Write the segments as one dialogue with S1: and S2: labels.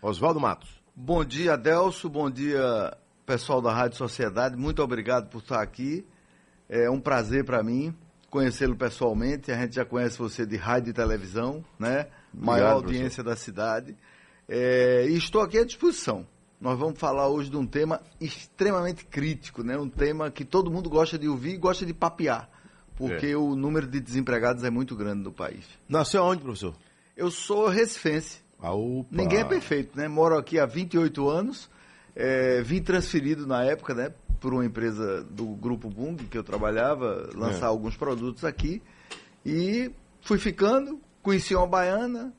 S1: Oswaldo Matos.
S2: Bom dia, Adelso. Bom dia, pessoal da Rádio Sociedade. Muito obrigado por estar aqui. É um prazer para mim conhecê-lo pessoalmente. A gente já conhece você de rádio e televisão, né? Maior
S1: Obrigado,
S2: audiência da cidade. É, e estou aqui à disposição. Nós vamos falar hoje de um tema extremamente crítico, né? Um tema que todo mundo gosta de ouvir e gosta de papear, porque
S1: É.
S2: o número de desempregados é muito grande no país.
S1: Nasceu onde, professor?
S2: Eu sou recifense,
S1: Ah, opa.
S2: Ninguém é perfeito, né? Moro aqui há 28 anos, eh, vim transferido na época, né? Por uma empresa do Grupo Bung, que eu trabalhava, lançar
S1: É.
S2: alguns produtos aqui. E fui ficando, conheci uma baiana,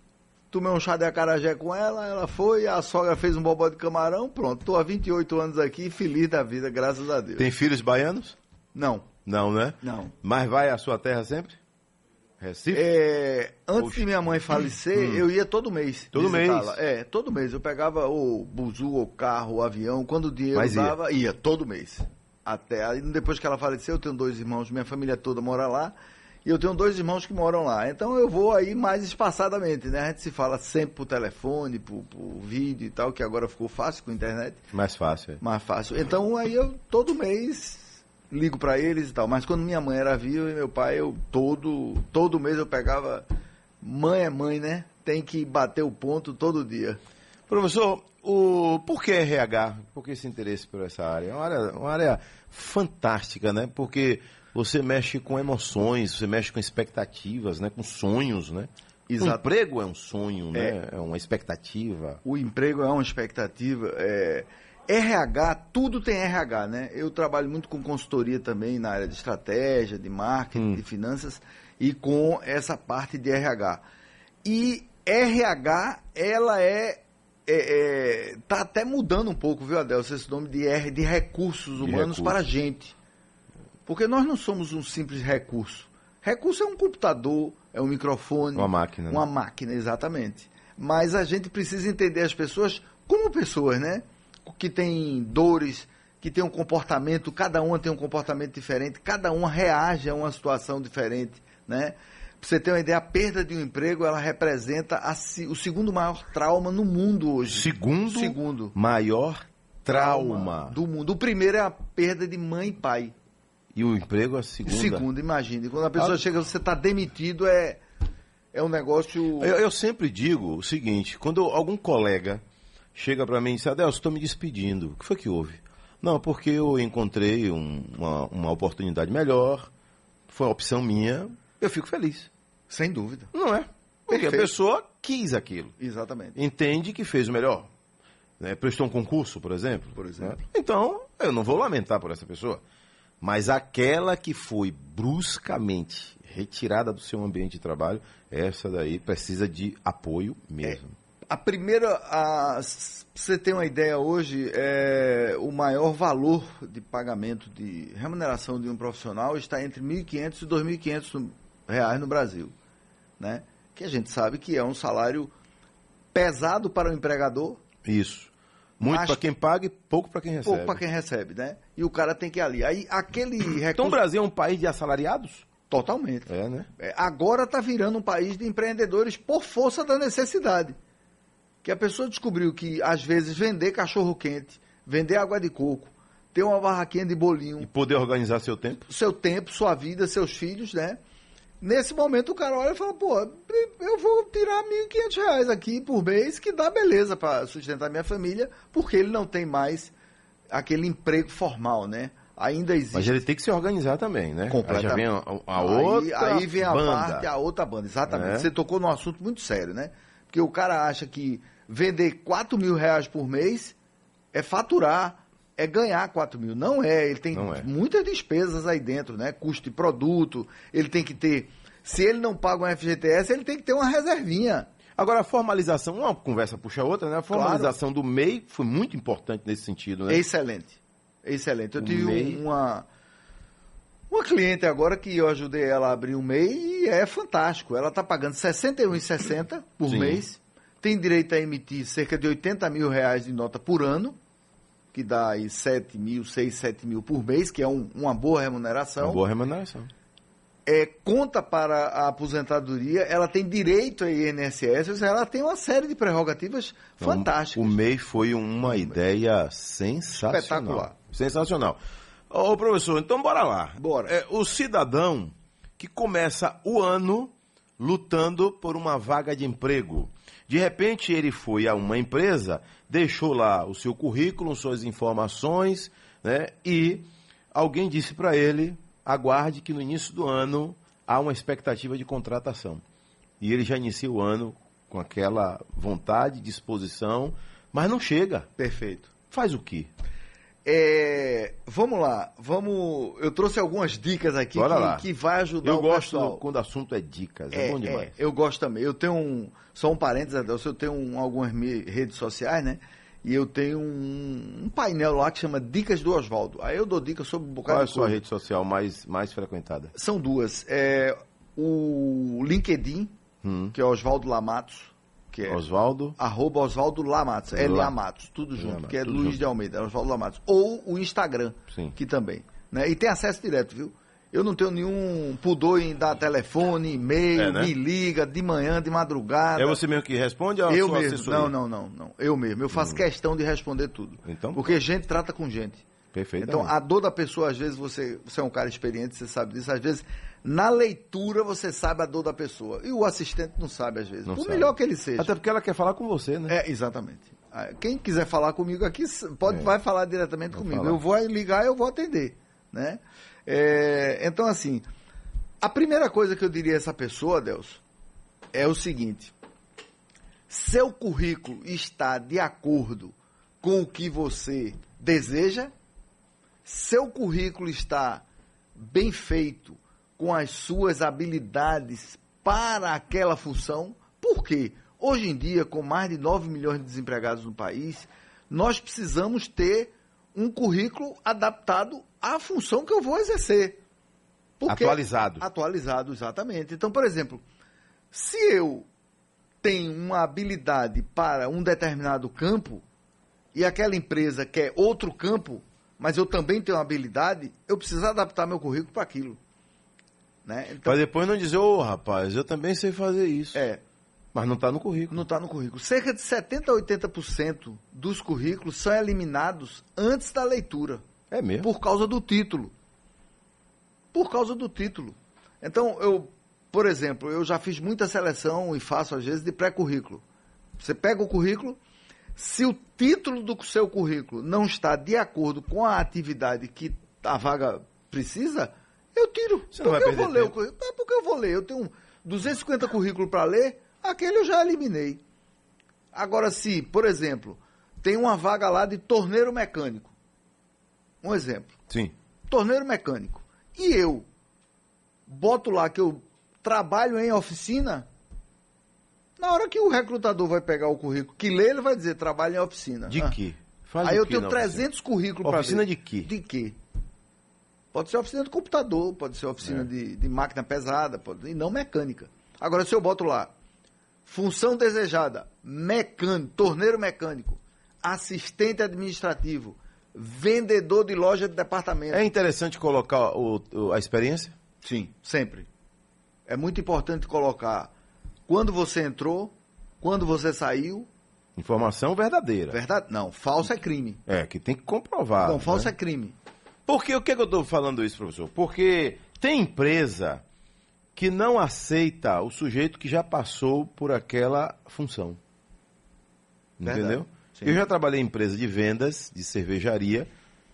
S2: tomei um chá de acarajé com ela, ela foi, a sogra fez um bobó de camarão, pronto. Estou há 28 anos aqui, feliz da vida, graças a Deus.
S1: Tem filhos baianos?
S2: Não,
S1: Não, né?
S2: não.
S1: Mas vai à sua terra sempre? Recife?
S2: É, antes
S1: Poxa. Hum.
S2: de minha mãe falecer, eu ia todo mês.
S1: Todo
S2: visitá-la.
S1: mês?
S2: É, todo mês. Eu pegava o buzu, o carro, o avião, quando o dinheiro
S1: Mas ia?
S2: dava, ia. todo mês. Até aí, depois que ela faleceu, eu tenho dois irmãos, minha família toda mora lá, e eu tenho dois irmãos que moram lá. Então eu vou aí mais espaçadamente, né? A gente se fala sempre por telefone, por, por vídeo e tal, que agora ficou fácil com a internet,
S1: Mais fácil. é.
S2: mais fácil. Então aí eu todo mês ligo pra eles e tal. Mas quando minha mãe era viva e meu pai, eu todo, todo mês eu pegava. Mãe é mãe, né? Tem que bater o ponto todo dia.
S1: Professor, o... por que RH? Por que esse interesse por essa área? É uma área, uma área fantástica, né? Porque você mexe com emoções, você mexe com expectativas, né? Com sonhos, né? O
S2: Exato.
S1: emprego é um sonho, né? É uma expectativa.
S2: O emprego é uma expectativa. é- RH, tudo tem RH, né? Eu trabalho muito com consultoria também na área de estratégia, de marketing, de finanças e com essa parte de RH. E RH, ela é, é, é- tá até mudando um pouco, viu, Adelson, esse nome de R de recursos humanos
S1: recursos.
S2: para gente. Porque nós não somos um simples recurso. Recurso é um computador, é um microfone,
S1: Uma máquina, né?
S2: uma máquina, exatamente. Mas a gente precisa entender as pessoas como pessoas, né? Que têm dores, que têm um comportamento, cada uma tem um comportamento diferente, cada uma reage a uma situação diferente, né? Pra você ter uma ideia, a perda de um emprego, ela representa a se- o segundo maior trauma no mundo hoje.
S1: Segundo,
S2: Segundo.
S1: maior trauma.
S2: Do mundo. O primeiro é a perda de mãe e pai.
S1: E o emprego é a segunda.
S2: Segundo, imagine. Quando a pessoa
S1: Ah.
S2: chega, você está demitido, é, é um negócio...
S1: Eu, eu sempre digo o seguinte, quando algum colega chega para mim e diz, Adelso, estou me despedindo, o que foi que houve? Não, porque eu encontrei um- uma, uma oportunidade melhor, foi uma opção minha, eu fico feliz.
S2: Sem dúvida.
S1: Não é? Porque
S2: Perfeito.
S1: a pessoa quis aquilo,
S2: Exatamente.
S1: entende que fez o melhor. Né? Prestou um concurso, por exemplo.
S2: Por exemplo.
S1: né? Então, eu não vou lamentar por essa pessoa. Mas aquela que foi bruscamente retirada do seu ambiente de trabalho, essa daí precisa de apoio mesmo.
S2: A primeira, a, s- pra você ter uma ideia hoje, é, o maior valor de pagamento de remuneração de um profissional está entre 1.500 e 2.500 no- reais no Brasil, né? Que a gente sabe que é um salário pesado para o empregador,
S1: Isso. Muito
S2: Mas-
S1: para quem paga e pouco para quem recebe.
S2: É. pouco para quem recebe, né? E o cara tem que ir ali. Aí aquele
S1: Então o
S2: recurso
S1: Brasil é um país de assalariados?
S2: totalmente.
S1: É, né?
S2: É, agora está virando um país de empreendedores por força da necessidade. Que a pessoa descobriu que, às vezes, vender cachorro quente, vender água de coco, ter uma barraquinha de
S1: E
S2: bolinho,
S1: poder organizar seu tempo?
S2: seu tempo, sua vida, seus filhos, né? Nesse momento o cara olha e fala, pô, eu vou tirar 1.500 reais aqui por mês, que dá beleza para sustentar minha família, porque ele não tem mais aquele emprego formal, né? Ainda existe.
S1: Mas ele tem que se organizar também, né?
S2: Completamente.
S1: Aí já vem a, a
S2: Aí-
S1: outra
S2: aí, vem a
S1: banda.
S2: parte, a outra banda, exatamente.
S1: É.
S2: Você tocou num assunto muito sério, né? Porque o cara acha que vender 4 mil reais por mês é faturar, é ganhar 4 mil. Não é, ele tem
S1: Não é.
S2: muitas despesas aí dentro, né? Custo de produto, ele tem que ter. Se ele não paga um FGTS, ele tem que ter uma reservinha.
S1: Agora, a formalização, uma conversa puxa a outra, né? A formalização do MEI foi muito importante nesse sentido, né?
S2: Excelente. Excelente. Eu
S1: O
S2: tive um-
S1: MEI.
S2: uma uma cliente agora que eu ajudei ela a abrir um MEI e é fantástico. Ela está pagando um R$ 61,60 por
S1: Sim.
S2: mês, tem direito a emitir cerca de 80 mil reais de nota por ano, que dá aí 7 mil, 6, 7 mil por mês, que é um- uma boa remuneração.
S1: Uma boa remuneração.
S2: é, conta para a aposentadoria, ela tem direito a INSS, ou seja, ela tem uma série de prerrogativas
S1: Então,
S2: fantásticas.
S1: O MEI foi uma ideia sensacional.
S2: Espetacular.
S1: Sensacional. Ô, professor, então bora lá.
S2: Bora.
S1: É, o cidadão que começa o ano lutando por uma vaga de emprego. De repente ele foi a uma empresa, deixou lá o seu currículo, suas informações, né? E alguém disse para ele: aguarde que no início do ano há uma expectativa de contratação. E ele já inicia o ano com aquela vontade, disposição, mas não chega.
S2: Perfeito.
S1: Faz o quê?
S2: É, vamos lá, vamos. Eu trouxe algumas dicas aqui
S1: Bora
S2: que,
S1: lá.
S2: que vai ajudar
S1: Eu
S2: o
S1: gosto
S2: pessoal.
S1: quando o assunto é dicas, é, bom demais.
S2: eu gosto também. Eu tenho um. Só um parênteses, Adelson, eu tenho um- algumas me- redes sociais, né? E eu tenho um, um painel lá que chama Dicas do Oswaldo. Aí eu dou dicas sobre um bocado
S1: Qual é a
S2: de
S1: sua
S2: coisa.
S1: rede social mais, mais frequentada?
S2: São duas. É, o LinkedIn,
S1: Hum.
S2: que é Oswaldo Lamatos, que é
S1: Oswaldo?
S2: arroba Oswaldo Lamatos, é
S1: Lá-
S2: Lamatos, tudo junto,
S1: Lamatos,
S2: que é
S1: tudo
S2: Luiz
S1: junto.
S2: de Almeida, Oswaldo Lamatos. Ou o Instagram,
S1: Sim.
S2: que também. Né? E tem acesso direto, viu? Eu não tenho nenhum pudor em dar telefone, e-mail,
S1: É, né?
S2: me liga de manhã, de madrugada.
S1: É você mesmo que responde ou a
S2: Eu
S1: sua
S2: mesmo.
S1: assessoria? Hum.
S2: Não, não, não, não. Eu mesmo. Eu faço questão de responder tudo.
S1: Então-
S2: Porque gente trata com gente.
S1: Perfeito.
S2: Então, a dor da pessoa, às vezes, você, você é um cara experiente, você sabe disso. Às vezes, na leitura, você sabe a dor da pessoa. E o assistente não sabe, às vezes.
S1: Não
S2: Por
S1: sabe.
S2: melhor que ele seja.
S1: Até porque ela quer falar com você, né?
S2: É, exatamente. Ah, Quem quiser falar comigo aqui, s- pode,
S1: É.
S2: vai falar diretamente comigo.
S1: falar.
S2: Eu vou aí ligar, eu vou atender. Né? É, então, assim, a primeira coisa que eu diria a essa pessoa, Deus, é o seguinte. Seu currículo está de acordo com o que você deseja? Seu currículo está bem feito com as suas habilidades para aquela função? Por quê? Hoje em dia, com mais de 9 milhões de desempregados no país, nós precisamos ter um currículo adaptado à função que eu vou exercer. Porque-
S1: Atualizado.
S2: Atualizado, exatamente. Então, por exemplo, se eu tenho uma habilidade para um determinado campo e aquela empresa quer outro campo, mas eu também tenho uma habilidade, eu preciso adaptar meu currículo para aquilo. Né? Então,
S1: Pra depois não dizer, ô rapaz, eu também sei fazer isso.
S2: é,
S1: Mas não tá no currículo.
S2: não está no currículo. Cerca de 70% a 80% dos currículos são eliminados antes da leitura.
S1: É mesmo.
S2: Por causa do título. Por causa do título. Então, eu, por exemplo, eu já fiz muita seleção e faço às vezes de pré-currículo. Você pega o currículo, se o título do seu currículo não está de acordo com a atividade que a vaga precisa, eu tiro.
S1: Você não vai
S2: porque eu
S1: perder
S2: vou ler o
S1: tempo.
S2: currículo. É porque eu vou ler. Eu tenho 250 currículos para ler, aquele eu já eliminei. Agora, se, por exemplo, tem uma vaga lá de torneiro mecânico. Um exemplo
S1: Sim.
S2: torneiro mecânico. E eu boto lá que eu trabalho em oficina. Na hora que o recrutador vai pegar o currículo que lê, ele vai dizer trabalho em oficina.
S1: De
S2: Ah,
S1: quê? Faz
S2: Aí
S1: o
S2: eu
S1: quê
S2: tenho
S1: na oficina?
S2: 300 currículos para
S1: Oficina de quê?
S2: De quê? Pode ser oficina de computador, pode ser oficina
S1: É.
S2: de, de máquina pesada, pode, e não mecânica. Agora, se eu boto lá, função desejada, mecânico, torneiro mecânico, assistente administrativo, vendedor de loja de departamento.
S1: É interessante colocar o- o- a experiência?
S2: Sim, sempre. É muito importante colocar quando você entrou, quando você saiu.
S1: Informação verdadeira.
S2: Verdade? Não, falso é crime.
S1: É, que tem que comprovar.
S2: Bom, falso
S1: né?
S2: é crime.
S1: Porque o que, que eu estou falando isso, professor? Porque tem empresa que não aceita o sujeito que já passou por aquela função.
S2: Verdade.
S1: Entendeu?
S2: Sim.
S1: Eu já trabalhei em empresa de vendas, de cervejaria,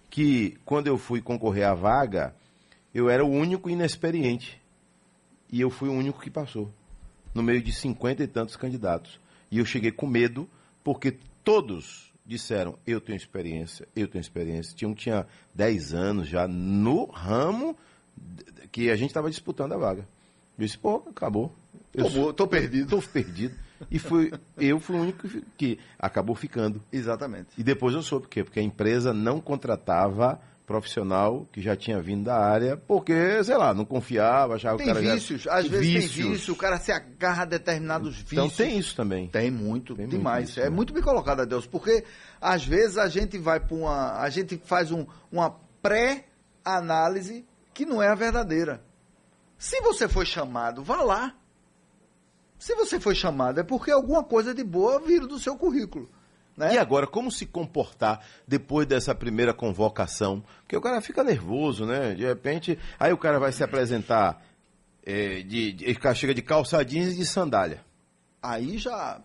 S1: que quando eu fui concorrer à vaga, eu era o único inexperiente. E eu fui o único que passou. No meio de cinquenta e tantos candidatos. E eu cheguei com medo, porque todos disseram, eu tenho experiência, eu tenho experiência. Tinha um que tinha 10 anos já no ramo d- que a gente estava disputando a vaga. Eu disse, pô, acabou. Eu
S2: Tô bo- tô perdido.
S1: Tô perdido. E fui, eu fui o único que fi- que acabou ficando.
S2: Exatamente.
S1: E depois eu soube por quê? Porque a empresa não contratava profissional que já tinha vindo da área, porque, sei lá, não confiava, achava que
S2: Tem
S1: o cara já-
S2: vícios, às vezes tem vício, o cara se agarra a determinados vícios.
S1: Então tem isso também.
S2: Tem muito,
S1: Tem muito
S2: demais.
S1: isso,
S2: é
S1: né?
S2: muito bem colocado, Adelso, porque às vezes a gente vai para uma. A gente faz um- uma pré-análise que não é a verdadeira. Se você foi chamado, vá lá. Se você foi chamado, é porque alguma coisa de boa vira do seu currículo. Né?
S1: E agora, como se comportar depois dessa primeira convocação? Porque o cara fica nervoso, né? De repente, aí o cara vai se apresentar, é, de, de, o cara chega de calça jeans e de sandália.
S2: Aí já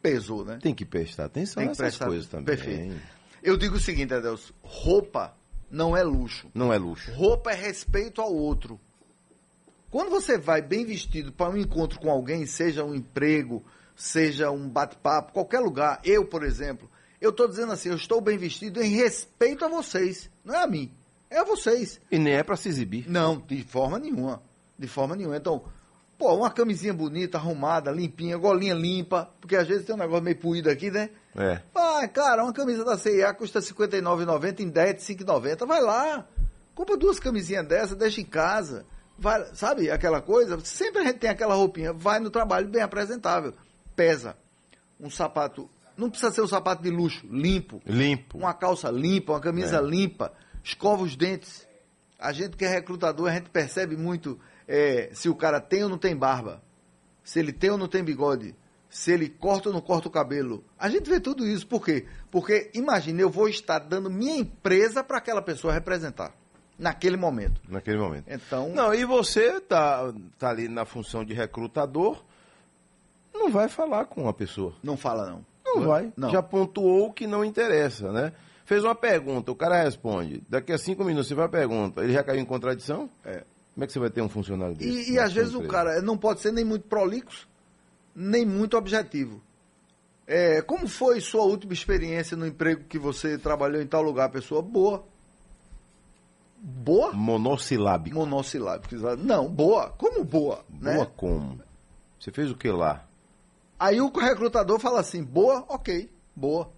S2: pesou, né? Então,
S1: Tem que prestar atenção
S2: Tem que
S1: nessas
S2: prestar-
S1: coisas também.
S2: Perfeito. Eu digo o seguinte, Adelso, roupa não é luxo.
S1: Não é luxo.
S2: Roupa é respeito ao outro. Quando você vai bem vestido para um encontro com alguém, seja um emprego, seja um bate-papo, qualquer lugar, eu, por exemplo, eu estou dizendo assim, eu estou bem vestido em respeito a vocês, não é a mim, é a vocês.
S1: E nem é pra se exibir.
S2: Não, de forma nenhuma, de forma nenhuma. Então, pô, uma camisinha bonita, arrumada, limpinha, golinha limpa, porque às vezes tem um negócio meio puído aqui, né?
S1: É.
S2: Ah, cara, uma camisa da CIA custa R$ 59,90 em 10 de 5,90. Vai lá, compra duas camisinhas dessa, deixa em casa. Vai, sabe aquela coisa? Sempre a gente tem aquela roupinha, vai no trabalho bem apresentável. Pesa. Um sapato, não precisa ser um sapato de luxo, limpo.
S1: Limpo.
S2: Uma calça limpa, uma camisa
S1: É.
S2: limpa. Escova os dentes. A gente que é recrutador, a gente percebe muito eh, se o cara tem ou não tem barba se ele tem ou não tem bigode, se ele corta ou não corta o cabelo. A gente vê tudo isso, por quê? Porque, imagina, eu vou estar dando minha empresa para aquela pessoa representar, naquele momento.
S1: Naquele momento.
S2: Então,
S1: Não, e você tá, tá ali na função de recrutador, não vai falar com a pessoa.
S2: não fala não.
S1: Não vai.
S2: Não.
S1: Já pontuou que não interessa, né? Fez uma pergunta, o cara responde. Daqui a cinco minutos você vai pergunta, ele já caiu em contradição?
S2: É.
S1: Como é que você vai ter um funcionário desse?
S2: E, e
S1: na
S2: às
S1: sua
S2: vezes o
S1: empresa?
S2: cara é, não pode ser nem muito prolixo, nem muito objetivo. É, como foi sua última experiência no emprego que você trabalhou em tal lugar, pessoa? Boa. Boa?
S1: Monossilábico.
S2: Monossilábico. exato. Não, boa. Como boa? né?
S1: Boa como? Você fez o que lá?
S2: Aí o recrutador fala assim: boa, ok, boa.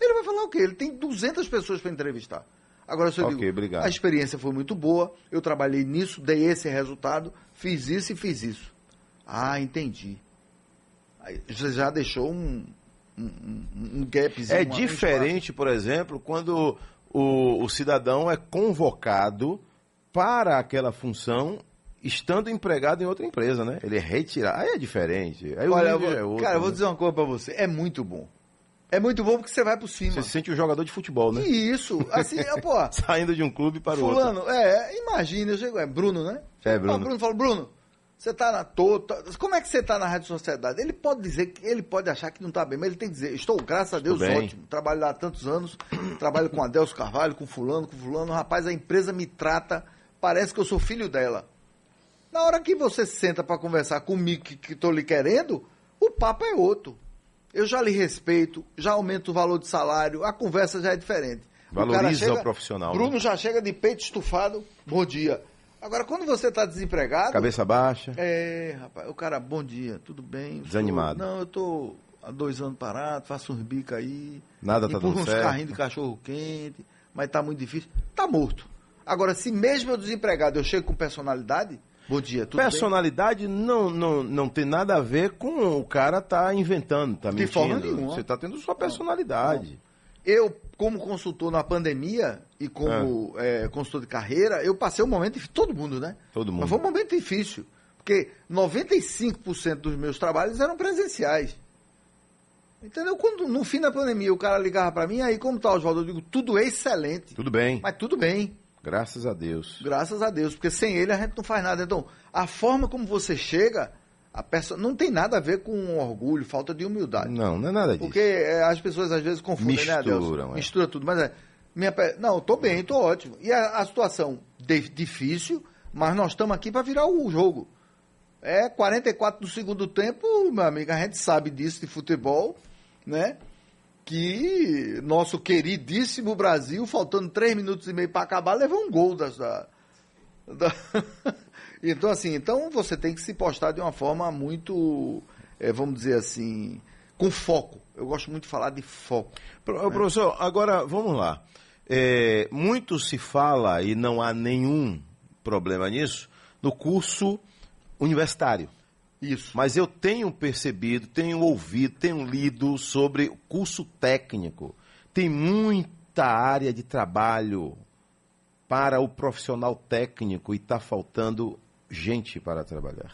S2: Ele vai falar o quê? Ele tem 200 pessoas para entrevistar. Agora, se eu
S1: Ok,
S2: digo,
S1: obrigado.
S2: a experiência foi muito boa, eu trabalhei nisso, dei esse resultado, fiz isso e fiz isso. Ah, entendi. Aí você já deixou um, um, um, um gapzinho.
S1: É
S2: uma- um
S1: diferente, por exemplo, quando o, o cidadão é convocado para aquela função estando empregado em outra empresa, né? Ele é retirado. Aí é diferente. Aí
S2: espaço.
S1: o
S2: Olha, eu
S1: nível
S2: vou-
S1: é outro,
S2: cara, eu vou
S1: né?
S2: dizer uma coisa para você: é muito bom. É muito bom porque você vai por cima.
S1: Você se sente um jogador de futebol, né?
S2: E isso, assim, é, pô.
S1: Saindo de um clube para o outro.
S2: Fulano, é, imagina, eu chego, é Bruno, né?
S1: É,
S2: Chego pra
S1: Bruno.
S2: Bruno e falo, Bruno, você tá na toa, tá- como é que você tá na Rádio Sociedade? Ele pode dizer, que ele pode achar que não tá bem, mas ele tem que dizer, estou, graças a Deus,
S1: bem.
S2: ótimo, trabalho lá há tantos anos, trabalho com Adelso Carvalho, com fulano, com fulano, rapaz, a empresa me trata, parece que eu sou filho dela. Na hora que você senta para conversar comigo que, que tô lhe querendo, o papo é outro. Eu já lhe respeito, já aumento o valor de salário, a conversa já é diferente.
S1: Valoriza
S2: cara
S1: o profissional,
S2: Bruno
S1: né?
S2: já chega de peito estufado, bom dia. Agora, quando você está desempregado.
S1: Cabeça baixa.
S2: É, rapaz, o cara, bom dia, tudo bem?
S1: Desanimado.
S2: Tô- não, eu tô há dois anos parado, faço uns bicos aí.
S1: Nada tá
S2: empurro
S1: dando
S2: uns
S1: certo.
S2: carrinhos de cachorro quente, mas tá muito difícil. Tá morto. Agora, se mesmo eu desempregado, eu chego com personalidade, bom dia, tudo bem?
S1: Personalidade não, não, não tem nada a ver com o cara tá inventando, tá
S2: De
S1: mentindo.
S2: forma nenhuma.
S1: Você tá tendo sua personalidade.
S2: Eu, como consultor na pandemia e como
S1: Ah.
S2: eh, consultor de carreira, eu passei um momento difícil. Todo mundo, né?
S1: Todo mundo.
S2: Mas foi um momento difícil. Porque 95% dos meus trabalhos eram presenciais. Entendeu? Quando, no fim da pandemia, o cara ligava pra mim, aí como tá, Oswaldo? Eu digo, tudo excelente.
S1: Tudo bem,
S2: Mas tudo bem.
S1: graças a Deus.
S2: Graças a Deus, porque sem ele a gente não faz nada. Então, a forma como você chega, a peça não tem nada a ver com orgulho, falta de humildade.
S1: Não, não é nada disso.
S2: Porque é, as pessoas às vezes confundem, né, Adelson?
S1: Misturam, é.
S2: Mistura tudo. Mas é, minha, pe- não, tô bem, tô ótimo. E a, a situação de- difícil, mas nós estamos aqui para virar o jogo. É 44 do segundo tempo, meu amigo, a gente sabe disso de futebol, né? Que nosso queridíssimo Brasil, faltando 3 minutos e meio para acabar, levou um gol das- da, da- Então, assim, então você tem que se postar de uma forma muito, eh, vamos dizer assim, com foco. Eu gosto muito de falar de foco.
S1: Pro- ô, Professor, agora vamos lá. É, muito se fala, e não há nenhum problema nisso, no curso universitário.
S2: Isso.
S1: Mas eu tenho percebido, tenho ouvido, tenho lido sobre o curso técnico. Tem muita área de trabalho para o profissional técnico e está tá faltando gente para trabalhar.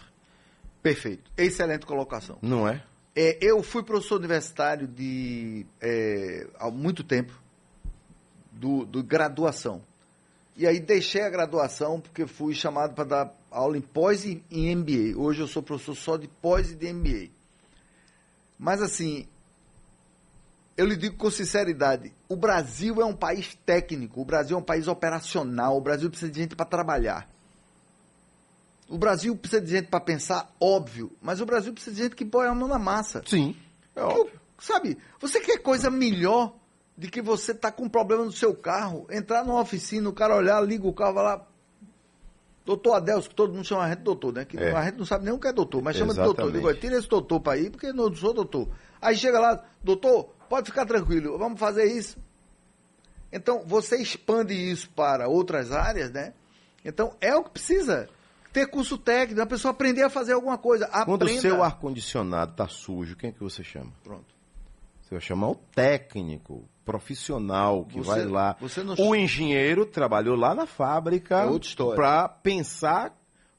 S2: Perfeito. Excelente colocação.
S1: Não é?
S2: É, eu fui professor universitário de é, há muito tempo, do, do graduação. E aí deixei a graduação porque fui chamado para dar aula em pós e em MBA. Hoje eu sou professor só de pós e de MBA. Mas assim, eu lhe digo com sinceridade, o Brasil é um país técnico, o Brasil é um país operacional, o Brasil precisa de gente para trabalhar. O Brasil precisa de gente para pensar, óbvio, mas o Brasil precisa de gente que põe a mão na massa.
S1: Sim. É
S2: Que
S1: óbvio.
S2: eu- sabe, você quer coisa melhor de que você tá com um problema no seu carro, entrar numa oficina, o cara olhar, liga o carro, vai lá. Doutor Adelso, que todo mundo chama a gente de doutor, né? Que
S1: É.
S2: a gente não sabe nem o que é doutor, mas chama de doutor. Eu Digo,
S1: Exatamente.
S2: "Olha, tira esse doutor para aí, porque eu não sou doutor. Aí chega lá, doutor, pode ficar tranquilo, vamos fazer isso. Então, você expande isso para outras áreas, né? Então, é o que precisa. Ter curso técnico, a pessoa aprender a fazer alguma coisa. Aprenda.
S1: Quando o seu ar-condicionado está sujo, quem é que você chama?
S2: Pronto.
S1: Você vai chamar o técnico, profissional que
S2: Você-
S1: vai lá.
S2: você não-
S1: O engenheiro trabalhou lá na fábrica
S2: É outra história.
S1: para pensar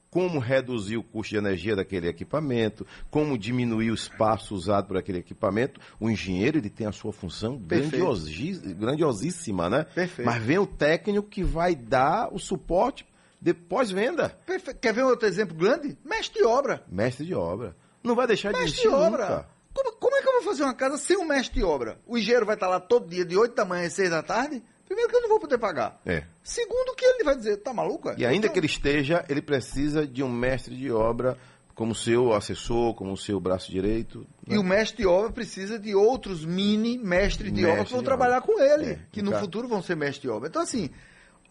S1: como reduzir o custo de energia daquele equipamento, como diminuir o espaço usado por aquele equipamento. O engenheiro ele tem a sua função
S2: Perfeito.
S1: grandiosi- grandiosíssima, né?
S2: Perfeito.
S1: Mas vem o técnico que vai dar o suporte de pós-venda,
S2: Perfe- Quer ver um outro exemplo grande? Mestre de obra.
S1: mestre de obra. Não vai deixar de
S2: Mestre
S1: existir
S2: de obra.
S1: nunca.
S2: Como, como é que eu vou fazer uma casa sem um mestre de obra? O engenheiro vai estar lá todo dia, de 8 da manhã às 6 da tarde? Primeiro que eu não vou poder pagar.
S1: É.
S2: Segundo que ele vai dizer, tá maluco? é?
S1: E ainda
S2: Então,
S1: que ele esteja, ele precisa de um mestre de obra como seu assessor, como seu braço direito. né?
S2: E o mestre de obra precisa de outros mini mestres de
S1: Mestre
S2: obra que vão
S1: de
S2: trabalhar com ele,
S1: É,
S2: que
S1: no
S2: no
S1: caso.
S2: futuro vão ser mestre de obra. Então, assim,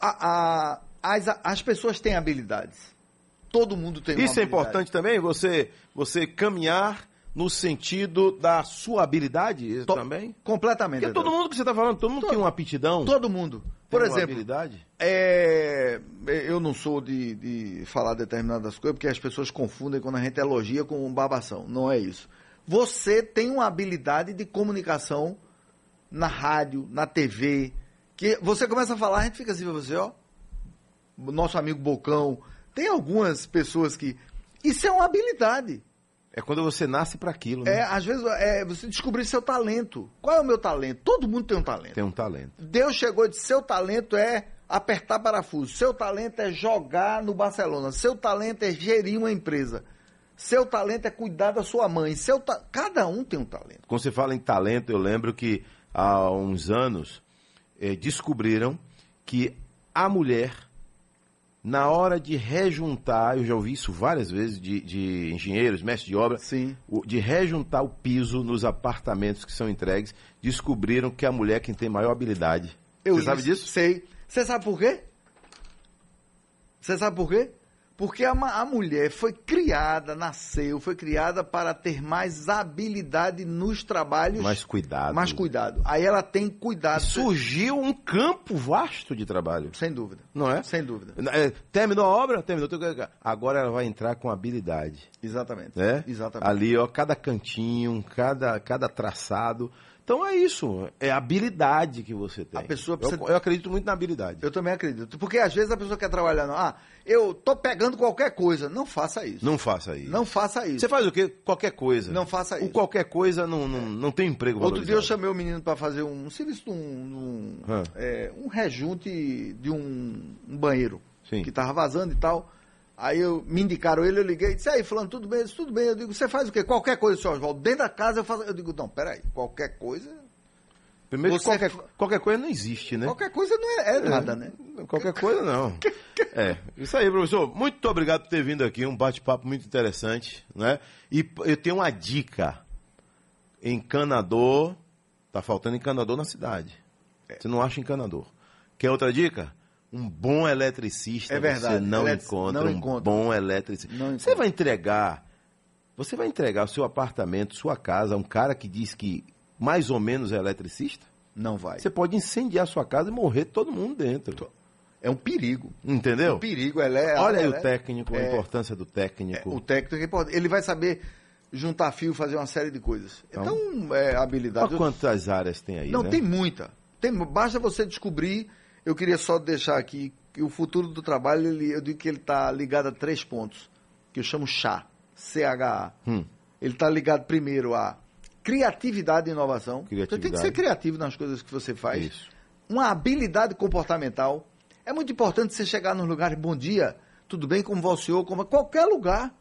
S2: a- a- as, as pessoas têm habilidades. Todo mundo tem uma
S1: Isso é
S2: habilidade.
S1: importante também, você, você caminhar no sentido da sua habilidade isso
S2: To-
S1: também.
S2: Completamente.
S1: Porque todo
S2: Adalto.
S1: mundo que você está falando, todo mundo tem uma aptidão,
S2: Todo mundo.
S1: tem
S2: Por
S1: uma
S2: exemplo,
S1: habilidade.
S2: É, eu não sou de, de falar determinadas coisas, porque as pessoas confundem quando a gente elogia com um babação. Não é isso. Você tem uma habilidade de comunicação na rádio, na TV, que você começa a falar, a gente fica assim pra você, ó. Nosso amigo Bocão. Tem algumas pessoas que. Isso é uma habilidade.
S1: É quando você nasce para aquilo, né?
S2: É, às vezes é você descobrir seu talento. Qual é o meu talento? Todo mundo tem um talento.
S1: Tem um talento.
S2: Deus chegou e disse: seu talento é apertar parafuso, seu talento é jogar no Barcelona, seu talento é gerir uma empresa, seu talento é cuidar da sua mãe. Seu ta- Cada um tem um talento.
S1: Quando você fala em talento, eu lembro que há uns anos eh, descobriram que a mulher, na hora de rejuntar, eu já ouvi isso várias vezes de, de engenheiros, mestres de obra,
S2: Sim.
S1: o- de rejuntar o piso nos apartamentos que são entregues, descobriram que a mulher é quem tem maior habilidade. você sabe disso?
S2: Sei. Você sabe por quê? Você sabe por quê? Porque a, ma- a mulher foi criada, nasceu, foi criada para ter mais habilidade nos trabalhos,
S1: Mais cuidado.
S2: mais cuidado. Aí ela tem cuidado,
S1: Surgiu um campo vasto de trabalho,
S2: sem dúvida,
S1: não é?
S2: sem dúvida.
S1: É, Terminou a obra? Terminou. Agora ela vai entrar com habilidade.
S2: Exatamente.
S1: né?
S2: Exatamente.
S1: Ali, ó, cada cantinho, cada, cada traçado. Então é isso, é a habilidade que você tem.
S2: A pessoa
S1: eu,
S2: precisa-
S1: eu acredito muito na habilidade.
S2: Eu também acredito. Porque às vezes a pessoa quer trabalhar, não. Ah, eu tô pegando qualquer coisa. Não faça isso. Não,
S1: Não faça isso.
S2: faça isso.
S1: Você faz o quê? Qualquer coisa.
S2: Não faça
S1: O
S2: isso.
S1: qualquer coisa não, não, não tem emprego
S2: Outro dia eu
S1: valorizado.
S2: chamei o menino para fazer um serviço de um, um,
S1: Hã.
S2: é, um rejunte de um, um banheiro
S1: Sim.
S2: que tava vazando e tal. Aí eu, me indicaram ele, eu liguei, disse, aí, fulano, tudo bem? Ele disse, tudo bem. Eu digo, você faz o quê? Qualquer coisa, senhor Oswaldo. Dentro da casa eu faço... Eu digo, não, peraí, qualquer coisa...
S1: Né? Primeiro que
S2: Você-
S1: qualquer, qualquer coisa não existe, né?
S2: Qualquer coisa não é, é nada, né?
S1: Qualquer coisa não. É, isso aí, professor. Muito obrigado por ter vindo aqui, um bate-papo muito interessante, né? E p- eu tenho uma dica. Encanador, tá faltando encanador na cidade.
S2: É.
S1: Você não acha encanador. Quer outra dica? Um bom eletricista
S2: É verdade.
S1: você não
S2: Eletri-
S1: encontra
S2: não
S1: um
S2: encontra.
S1: bom eletricista.
S2: Não
S1: Você vai entregar, você vai entregar o seu apartamento, sua casa a um cara que diz que mais ou menos é eletricista?
S2: Não vai.
S1: Você pode incendiar sua casa e morrer todo mundo dentro.
S2: É um perigo.
S1: Entendeu?
S2: Um perigo, ela é...
S1: Olha aí
S2: ela
S1: o
S2: é-
S1: técnico, a
S2: é.
S1: importância do
S2: O
S1: técnico.
S2: técnico é importante. Ele vai saber juntar fio, fazer uma série de coisas. Então, é, habilidade.
S1: Olha quantas áreas tem aí,
S2: não,
S1: né?
S2: tem muita. Tem, basta você descobrir. Eu queria só deixar aqui E o futuro do trabalho, ele, eu digo que ele está ligado a três pontos, que eu chamo CHA, C-H-A.
S1: Hum.
S2: Ele está ligado primeiro a criatividade e inovação. Você tem que
S1: Criatividade.
S2: ser criativo nas coisas que você faz.
S1: Isso.
S2: Uma habilidade comportamental. É muito importante você chegar nos lugares, bom dia, tudo bem, como vai o senhor, como é? qualquer lugar.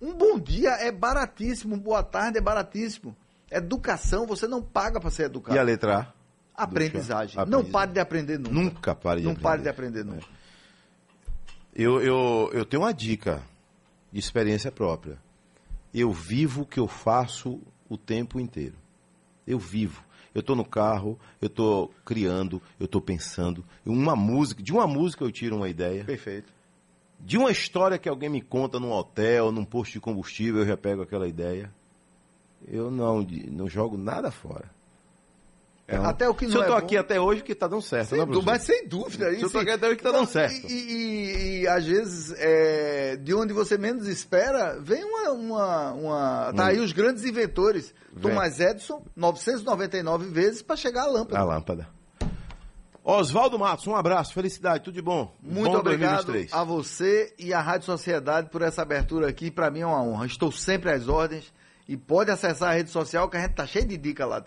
S2: Um bom dia é baratíssimo, um boa tarde é baratíssimo. Educação, você não paga para ser educado.
S1: E a letra A?
S2: Aprendizagem.
S1: Do chá.
S2: Não pare de aprender nunca.
S1: Nunca pare de
S2: Não
S1: aprender. É.
S2: pare de aprender nunca.
S1: Eu, eu, eu tenho uma dica de experiência própria. Eu vivo o que eu faço o tempo inteiro. Eu vivo. Eu estou no carro, eu estou criando, eu estou pensando. Uma música, de uma música eu tiro uma ideia.
S2: Perfeito.
S1: De uma história que alguém me conta num hotel, num posto de combustível, eu já pego aquela ideia. Eu não, não jogo nada fora. Então,
S2: Até o que
S1: se
S2: não
S1: eu
S2: é
S1: estou
S2: bom-
S1: aqui até hoje, que está dando certo.
S2: Sem
S1: né,
S2: dú-
S1: professor?
S2: mas sem dúvida.
S1: Seu
S2: isso-
S1: secretário que tá dando
S2: Não,
S1: certo.
S2: E, e- e, às vezes, é, de onde você menos espera, vem uma. uma, uma- Tá aí os grandes inventores.
S1: Hum. Vem.
S2: Thomas Edison, 999 vezes para chegar à lâmpada.
S1: A lâmpada. Oswaldo Matos, um abraço, felicidade, tudo de bom.
S2: Muito
S1: bom
S2: obrigado
S1: 2023.
S2: a você e à Rádio Sociedade por essa abertura aqui. Para mim é uma honra. Estou sempre às ordens. E pode acessar a rede social que a gente tá cheio de dica lá.